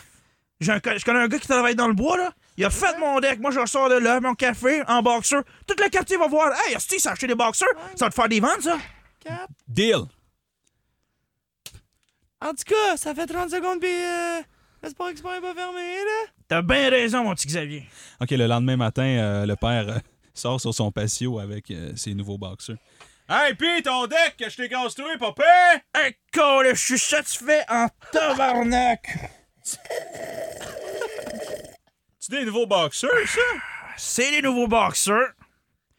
J'ai un co- Je connais un gars qui travaille dans le bois, là. Il a fait mon deck. Moi, je ressors de là, mon café, en boxeur. Tout le quartier va voir. Hey, Asti, ça a acheté des boxeurs. Ça va te faire des ventes, ça. Deal. En tout cas, ça fait 30 secondes, puis euh, le sport expert est pas fermé, là. T'as bien raison, mon petit Xavier. OK, le lendemain matin, euh, le père euh, sort sur son patio avec euh, ses nouveaux boxeurs. Hey, pis ton deck que je t'ai construit, papa! Hey, call, je suis satisfait en tabarnak. Tu des nouveaux boxeurs, ça? C'est les nouveaux boxeurs.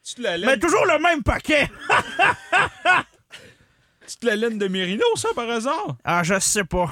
Tu te la laine, Mais toujours le même paquet. tu te la laine de Mérino, ça, par hasard? Ah, je sais pas.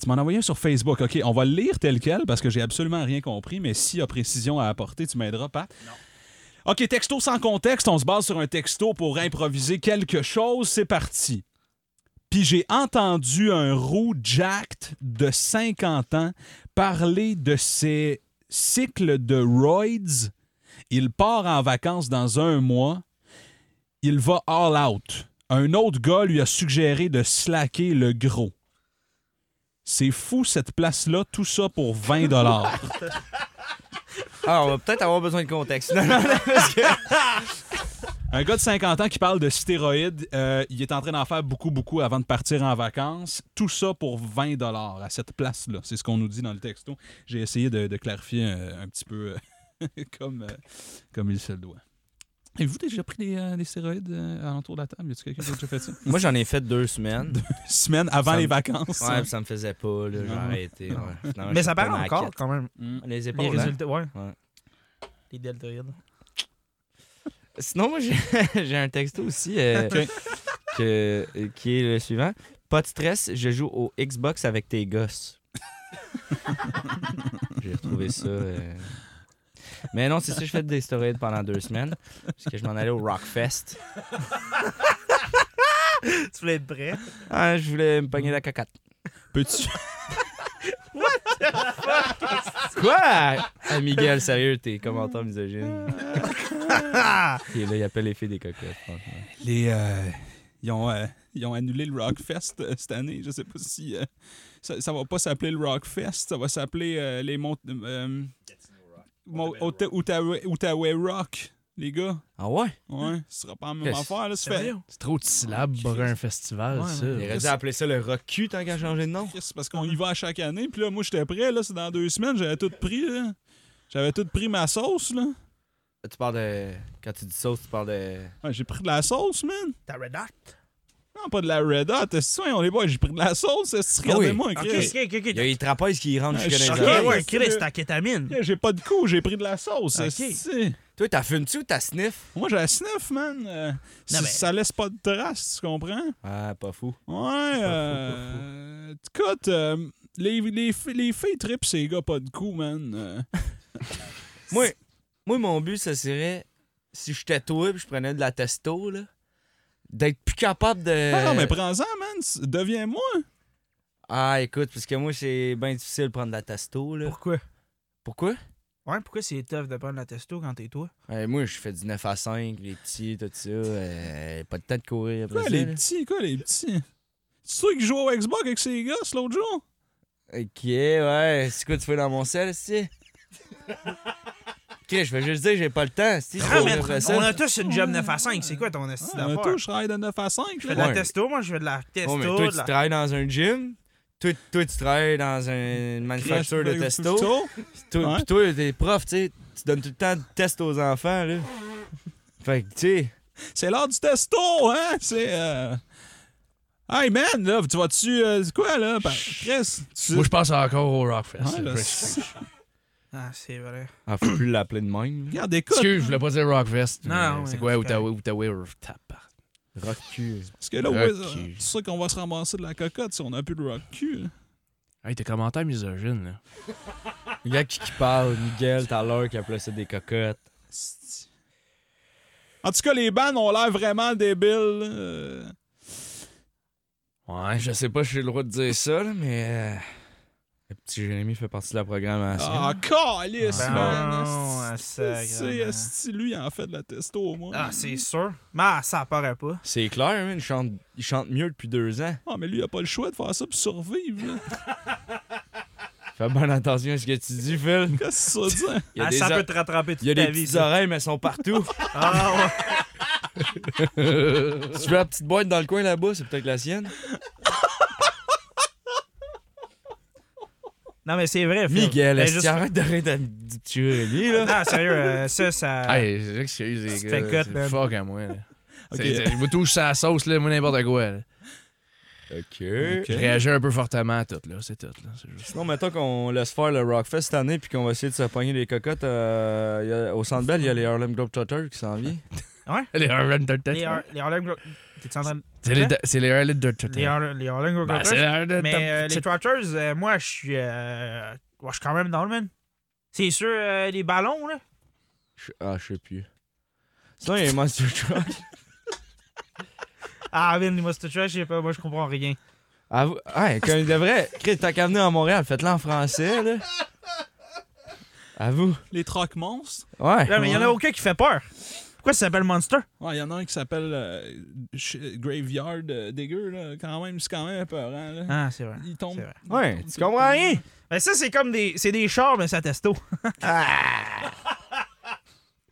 Tu m'en as envoyé un sur Facebook. OK, on va le lire tel quel parce que j'ai absolument rien compris, mais s'il y a précision à apporter, tu m'aideras, Pat. OK, texto sans contexte. On se base sur un texto pour improviser quelque chose. C'est parti. Puis j'ai entendu un roux jacked de 50 ans parler de ses cycles de roids il part en vacances dans un mois. Il va all out. Un autre gars lui a suggéré de slacker le gros. C'est fou cette place-là, tout ça pour 20 dollars. Ah, on va peut-être avoir besoin de contexte. Un gars de 50 ans qui parle de stéroïdes, euh, il est en train d'en faire beaucoup, beaucoup avant de partir en vacances. Tout ça pour 20 dollars à cette place-là. C'est ce qu'on nous dit dans le texto. J'ai essayé de, de clarifier euh, un, petit peu euh, comme, euh, comme il se le doit. Avez-vous déjà pris des, euh, des stéroïdes euh, alentour de la table? Y a quelqu'un qui a déjà fait ça? Moi, j'en ai fait deux semaines. semaine avant Ça me- les vacances. Ouais, puis ça me faisait pas, là, j'ai arrêté. ouais. Finalement, Mais je ça suis paraît retourné à encore, quatre. quand même. Les Les épaules. hein. résultats, ouais. Ouais. Les deltoïdes. hein. Sinon, moi, j'ai j'ai un texto aussi euh, Ok. que- euh, qui est le suivant. Pas de stress, je joue au Xbox avec tes gosses. j'ai retrouvé ça. euh. Mais non, c'est ça, je fais des stéroïdes pendant deux semaines. Parce que je m'en allais au Rockfest. Tu voulais être prêt. Ah, je voulais me pogner la cocotte. Peux-tu. Quoi? Ah, Miguel, sérieux, tes commentaires misogynes. Et là, il appelle les filles des cocottes, franchement. Les. euh, ils, ont, euh, ils ont annulé le Rockfest euh, cette année. Je sais pas si. euh, ça, ça va pas s'appeler le Rockfest. Ça va s'appeler euh, les Mont. euh, Mon- Ota- Outaouais Outaouais Rock, les gars. Ah ouais? Ouais, ce sera pas la même Qu'est-ce- affaire, là. Ça fait. C'est trop de syllabes pour un festival, Ouais, ça. Il aurait dû appeler ça le rock cul tant qu'à changer de nom. Chris, parce qu'on y va à chaque année. Puis là, moi, j'étais prêt, là. C'est dans deux semaines. J'avais tout pris, là. J'avais tout pris ma sauce, là. Tu parles de. Quand tu dis sauce, tu parles de. Ouais, j'ai pris de la sauce, man. T'as Red Hot? Non, pas de la Red Hot. Est-ce que, on les voit, j'ai pris de la sauce. est-ce que, Ah oui. Regardez-moi, Ok, Chris. ok, ok. Il y a les trapèzes qui rentrent Ah, jusqu'à je dans suis les choqué, Ok, oreilles. ouais, Chris, t'as kétamine. Yeah, J'ai pas de coup, j'ai pris de la sauce. Ok. esti. Toi, t'as fumes-tu ou t'as sniff? Moi, j'ai la sniff, man. Euh, si- mais- Ça laisse pas de traces, tu comprends? Ah, pas fou. Ouais. Euh, écoute, euh, les, les, fi- les filles tripent ces gars pas de coup, man. Euh, Moi, moi, mon but, ça serait. Si j'étais toi et je prenais de la testo, là. D'être plus capable de. ah non, mais prends-en, man. c- Deviens-moi. Ah, écoute, parce que moi, c'est bien difficile de prendre de la testo, là. Pourquoi? Pourquoi? Ouais, pourquoi c'est tough de prendre la testo quand t'es toi? Ouais, moi, je fais du 9 à 5, les petits, tout ça. euh, pas de temps de courir après Quoi, ça. les là. petits, quoi, les petits? C'est toi qui joues au Xbox avec ces gosses l'autre jour? Ok, ouais. C'est quoi tu fais dans mon sel, si? ok, je vais juste dire, j'ai pas le temps. Si, Ah, mais on a tous une job 9 à 5. C'est quoi ton esti Ah, d'affaires? toi, je travaille de 9 à 5. Je fais de là. la Ouais. testo, moi je fais de la testo. Bon, mais toi, de tu la- travailles dans un gym. Toi, toi, tu travailles dans un manufacture de testo. Toi, Ouais. Puis toi, t'es prof, tu sais, tu donnes tout le temps de test aux enfants, là. Fait que, tu sais, C'est l'heure du testo, hein? C'est. euh, Hey man, là, tu vas-tu. euh, c'est quoi, là? Ben, Chris, tu. Moi, je pense encore au Rockfest. Ouais, là, Excuse, c'est- Ah, c'est vrai. ah, faut plus l'appeler de même. là. Regarde, écoute. je voulais pas dire Rockfest. Non, mais ouais, C'est quoi, c'est Outaouais, Outaouais, euh, Rooftop? Rock cul. Parce que là, Rock ouais, euh, cul. c'est sûr qu'on va se ramasser de la cocotte si on a plus de rock cul. hein. là. Hey, tes commentaires misogynes, là. Il y a qui qui parle, Miguel, tout à l'heure, qui appelait ça des cocottes. En tout cas, les bandes ont l'air vraiment débiles. là. Euh, Ouais, Je sais pas si j'ai le droit de dire ça, là, mais. euh, Le petit Jérémy fait partie de la programmation. Ah, calice, Ben non, Ah, ah, man! esti. sacrément. C'est esti, lui, il en fait de la testo au moins. Ah, c'est sûr. Mais ah, ça paraît pas. C'est clair, man, il chante, il chante mieux depuis deux ans. Ah, mais lui, il a pas le choix de faire ça pour survivre. là. Fais bien attention à ce que tu dis, Phil. Qu'est-ce que ça dit? Il y a Ah, des, ça or- peut te rattraper il y a toute des ta vie. petites ça. oreilles, mais elles sont partout. Ah, ouais. tu veux la petite boîte dans le coin là-bas, c'est peut-être la sienne. Non, mais c'est vrai. Phil. Miguel, Ben, est-ce que juste- tu arrêtes de rire de- du petit Jérémy, là? Ah, sérieux, euh, ça, ça. Hey, excuse, les Tu te gars. fais cut, C'est man. fuck à moi, là. Ok. C'est- c'est- Je me touche sa sauce, là, moi, n'importe quoi. là. Ok. Ok. Je réagis un peu fortement à tout, là. C'est tout, là. C'est juste- Sinon, mettons qu'on laisse faire le Rockfest cette année puis qu'on va essayer de se pogner les cocottes. euh, il y a- au Centre Bell, il y a les Harlem Globetrotters qui s'en viennent. Les Harlem Dirters. Les Har- les Harlem Glo- T'es-tu en train de- C'est les- C'est les Harlem Les Dirters. Har- les Harlem Ben, Globetrotters? c'est les Harlem Mais euh, les Dirters. Trotters, euh, moi, je suis. euh, ouais, je suis quand même dans le man. C'est sûr, euh, les ballons, là. Je- Ah, je sais plus. Sinon, il y a les Monster Truck. Ah, Vin, les Monster Truck, je sais pas, moi, je comprends rien. Ah, vous- ouais, comme il devrait. Chris, t'as qu'à venir à Montréal, faites-le en français, là. À vous. Les trocs monstres. Ouais. Là, mais il y en a Ouais. aucun qui fait peur. Pourquoi ça s'appelle Monster? Ouais, il y en a un qui s'appelle euh, Ch- Graveyard euh, Digger, là. Quand même, c'est quand même épeurant, là. Ah, c'est vrai. Il tombe. C'est vrai. Ouais, tu comprends rien? Ben, ça, c'est comme des. C'est des chars, mais ça testo.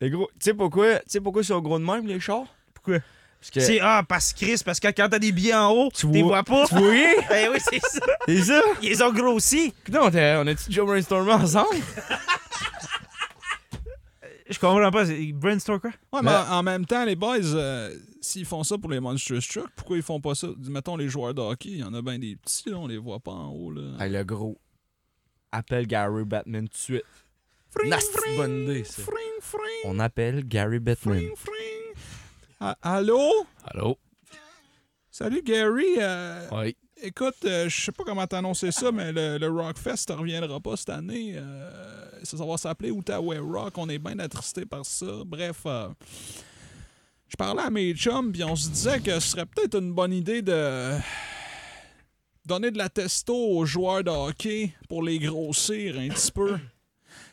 Les gros. Tu sais pourquoi, tu sais pourquoi ils sont gros de même, les chars? Pourquoi? Parce que. C'est. Ah, parce Chris, parce que quand t'as des billets en haut, tu les vois vois- pas. Vous voyez? Eh oui, c'est ça. C'est ça? Ils ont grossi. Putain, on a- on a-tu déjà brainstormé ensemble? Je comprends pas. c'est- Brainstorm quoi? Ouais, mais en en même temps, les boys, euh, s'ils font ça pour les Monstrous Truck, pourquoi ils font pas ça? Mettons les joueurs de hockey, il y en a bien des petits, là, on les voit pas en haut. Là. Hey, le gros. Appelle Gary Batman tout de suite. Nasty bonne idée, ça. Fring, fring, On appelle Gary Batman. fring, fring. Ah, allô? Allô? Salut Gary. euh, Oui. Écoute, euh, je sais pas comment t'annoncer ça, mais le, le Rockfest ça reviendra pas cette année. Euh, ça, ça va s'appeler Outaouais Rock. On est bien attristé par ça. Bref, euh, je parlais à mes chums, puis on se disait que ce serait peut-être une bonne idée de donner de la testo aux joueurs de hockey pour les grossir un petit peu.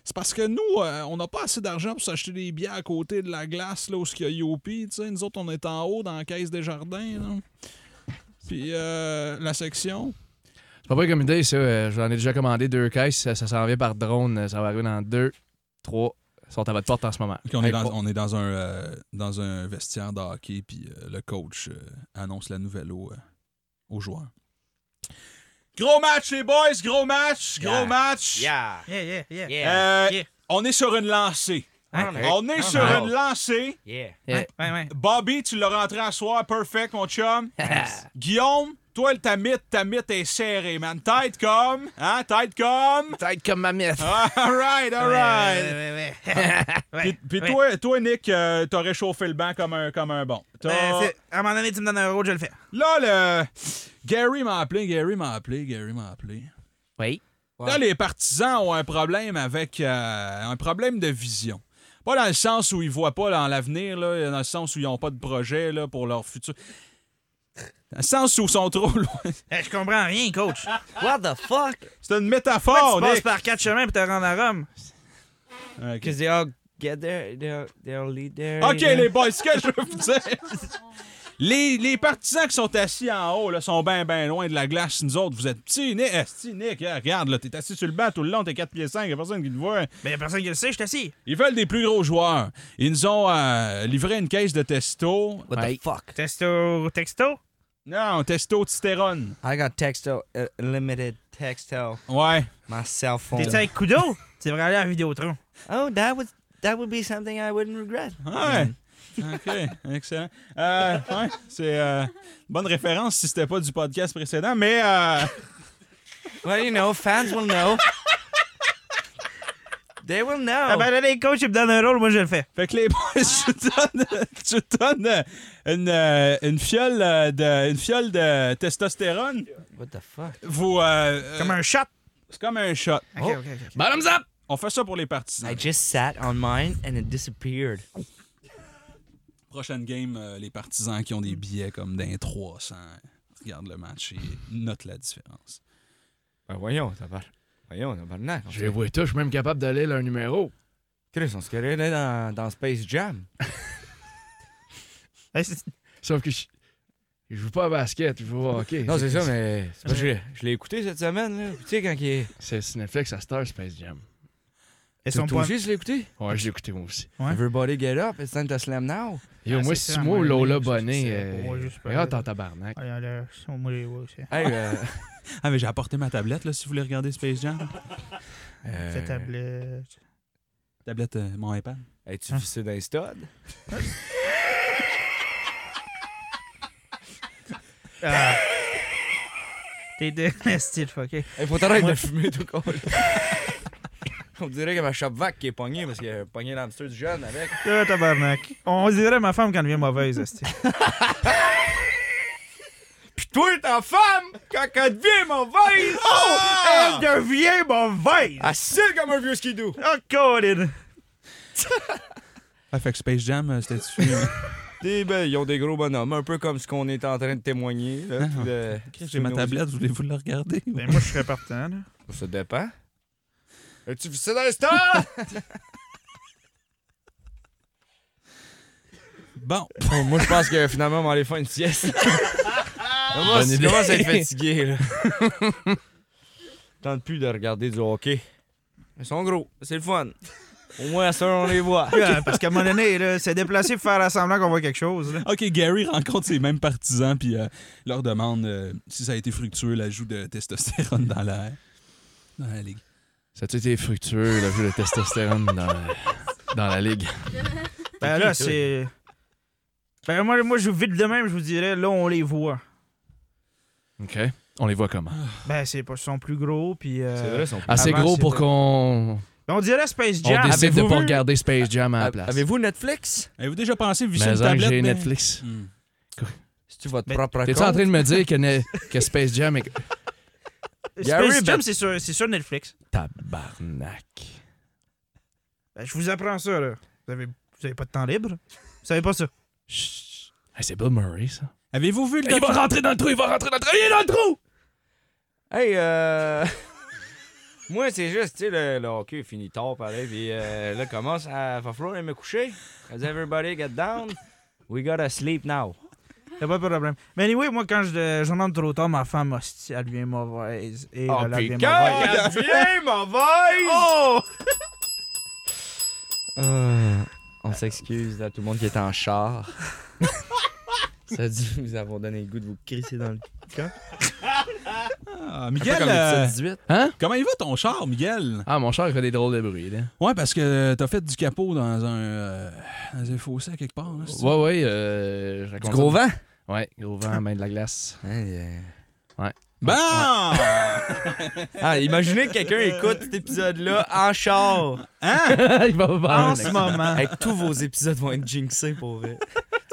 C'est parce que nous, euh, on n'a pas assez d'argent pour s'acheter des bières à côté de la glace, là, où il y a Youpi. tu sais. Nous autres, on est en haut dans la caisse des jardins. là. Puis euh, la section. C'est pas vrai comme idée, ça. Euh, J'en ai déjà commandé deux caisses. Ça, ça s'en vient par drone. Euh, Ça va arriver dans deux, trois. Ils sont à votre porte en ce moment. Puis on, est Hey, dans, bon. on est dans un, euh, dans un vestiaire de hockey, puis euh, le coach euh, annonce la nouvelle au, euh, aux joueurs. Gros match, les boys! Gros match! Gros Yeah. match! Yeah. Yeah, yeah, yeah. Yeah. Euh, Yeah. On est sur une lancée. Hein? On est sur Ah. une lancée. Yeah. Ouais, ouais. Bobby, tu l'as rentré à soir. Perfect, mon chum. Guillaume, toi, le tamite, tamite est serré, man. Tête comme. Hein? Tête comme. Tête comme ma mère. All right, all right. Ouais, ouais, Puis, ouais. puis Ouais. toi, toi, Nick, euh, t'as réchauffé le banc comme un, comme un bon. T'as- Ben, c'est- à un moment donné, tu me donnes un euro, je le fais. Là, le... Gary m'a appelé, Gary m'a appelé, Gary m'a appelé. Oui. Là, les partisans ont un problème avec euh, un problème de vision. Pas dans le sens où ils voient pas dans l'avenir, là, dans le sens où ils n'ont pas de projet là, pour leur futur. Dans le sens où ils sont trop loin. Eh, je comprends rien, coach. What the fuck? C'est une métaphore, tu passes Nick. par quatre chemins pour te rendre à Rome. Ok. Because they all get their, their, their leader. OK, les boys, ce que je veux vous dire. Les, les partisans qui sont assis en haut là, sont bien, bien loin de la glace. Nous autres, vous êtes petits. Nick, esti, Nick, hein, regarde, là, t'es assis sur le banc tout le long, t'es 4 pieds 5, y a personne qui te voit. Ben, y a personne qui le sait, je t'assis. Ils veulent des plus gros joueurs. Ils nous ont euh, livré une caisse de testo. What Ouais. the fuck? Testo, texto. Non, testo testostérone. I got texto, uh, limited texto, Ouais. my cell phone. T'es-tu avec Kudo? Tu devrais aller à Vidéotron. Oh, that was that would be something I wouldn't regret. Ouais. OK, excellent. Euh, ouais, c'est euh, bonne référence si c'était pas du podcast précédent, mais euh, Well, you know, fans will know. they will know. Ah ben, là, les coachs, ils me donnent un rôle, moi, je le fais. Fait que les boys, tu donnes, tu donnes euh, une, euh, une, fiole, euh, de, une fiole de testostérone. What the fuck? Vous, euh, euh, Comme un shot. C'est comme un shot. Ok, ok, ok. Bottoms up! On fait ça pour les partisans. I just sat on mine and it disappeared. Prochaine game, euh, les partisans qui ont des billets comme d'un 300. Regarde le match et note la différence. Ben voyons, ça parle. Voyons, tabarnak. Je les vois tous, je suis même capable d'aller leur numéro. Chris, on se connaît là dans, dans Space Jam. Eh, c'est- Sauf que je, je joue pas à basket, je joue au hockey. Non, c'est ça, mais c'est parce que je, je l'ai écouté cette semaine. là. Tu sais, quand il est. C'est c'est Netflix à Star Space Jam. Ils Toi sont pas. aussi, tu l'as écouté? Ouais, je l'ai écouté moi aussi. Ouais. Everybody get up, it's time to slam now. Yo, Ah, moi, c'est si ça, moi, moi, Lola je- Bonnet. c'est- euh, ouais, juste pas- Regarde ton tabarnak. Ah, là, là, ils sont- moi, je les vois aussi. Hey, euh, Ah, mais j'ai apporté ma tablette, là, si vous voulez regarder Space Jam. euh, Cette tablette. tablette, euh, mon iPad. Es-tu vissé d'un stud? Ah. T'es de style, ok. Hey, faut t'arrêter de fumer tout court. On dirait que ma chape vac qui est pognée parce qu'il a pogné l'hamster du jeune avec. Ah, tabarnak. On dirait ma femme quand elle devient mauvaise, esti. Pis toi, ta femme, quand elle devient mauvaise! Oh! Elle devient mauvaise! Elle cille Ah, comme un vieux skidoo! Oh, Colin! Ah, fait que Space Jam, euh, c'était dessus. euh, Des ben, ils ont des gros bonhommes, un peu comme ce qu'on est en train de témoigner. Là, Ah, puis de- j'ai ma tablette, voulez-vous la regarder? Ben, moi, je serais partant, là. Ça dépend. As-tu vu ça dans le star? Bon, Bon, moi, je pense que finalement, on va aller faire une sieste. Moi, Bonne je idée. commence à être fatigué, là. Tente plus de regarder du hockey. Ils sont gros, c'est le fun. Au moins, ça, on les voit. Ah, Parce qu'à un moment donné, là, c'est déplacé pour faire semblant qu'on voit quelque chose, là. OK, Gary rencontre ces mêmes partisans puis euh, leur demande euh, si ça a été fructueux l'ajout de testostérone dans la, dans la ligue. Ça a été fructueux, le jeu de testostérone dans la, dans la ligue. Ben, là, c'est. Ben, moi, moi, je joue vite de même, je vous dirais, là, on les voit. OK. On les voit comment? Ben, c'est pas, ils sont plus gros, puis. euh, sont Assez Avant, gros pour c'est- qu'on ben, on dirait Space on Jam. décide de avez-vous pas vu- regarder Space Jam à la place. Avez-vous Netflix? Avez-vous déjà pensé Mais visser une en, tablette? j'ai mais- Netflix. Hmm. C'est-tu votre Mais- propre Ben, T'es-tu compte? en train de me dire que, ne- que Space Jam est... Space Gary, Jam, ben- c'est sur, c'est sur Netflix. Tabarnak. Ben, je vous apprends ça, là. Vous avez, vous avez pas de temps libre? Vous savez pas ça? Chut. Hey, c'est Bill Murray, ça. Avez-vous vu le Hey, il va docu- rentrer dans le trou, il va rentrer dans le trou. Il est dans le trou! Hey, euh. Moi, c'est juste, tu sais, le, le hockey finit tard, pareil. Puis euh, là, commence à. Va falloir aller me coucher. As everybody get down? We gotta sleep now. T'as pas de problème. Mais anyway, moi, quand je, je rentre trop tard, ma femme, hostie, elle devient mauvaise. Et Ah, Oh, elle, elle puis devient quand mauvaise. elle devient mauvaise! Oh! Ah, On s'excuse à tout le monde qui est en char. Ça dit, nous avons donné le goût de vous crisser dans le camp. Ah, Un peu Miguel, comme euh, le petit 18. Hein? comment il va ton char, Miguel? Ah, mon char, il fait des drôles de bruit, là. Ouais, parce que t'as fait du capot dans un, euh, dans un fossé à quelque part. hein, Là, c'est ça? Ouais, ouais, euh, je raconte Gros ça. vent? Ouais, gros vent, main de la glace. euh, Bon! Ah, imaginez que quelqu'un écoute cet épisode-là en char. il va pas En ce moment. Hey, tous vos épisodes vont être jinxés pour vrai.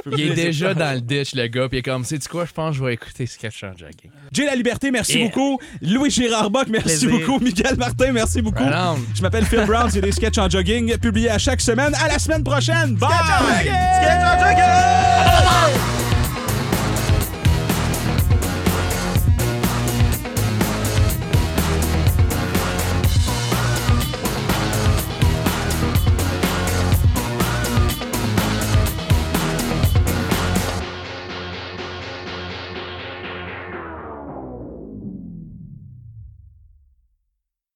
Il est déjà dans le ditch, le gars, puis il est comme, sais-tu quoi, je pense que je vais écouter Sketch en jogging. Jay La Liberté, merci beaucoup. Louis Gérard Bock, merci Plaisir. beaucoup. Miguel Martin, merci beaucoup. Round. Je m'appelle Phil Brown, j'ai des sketchs en jogging publiés à chaque semaine. À la semaine prochaine. Bye! Sketch en jogging!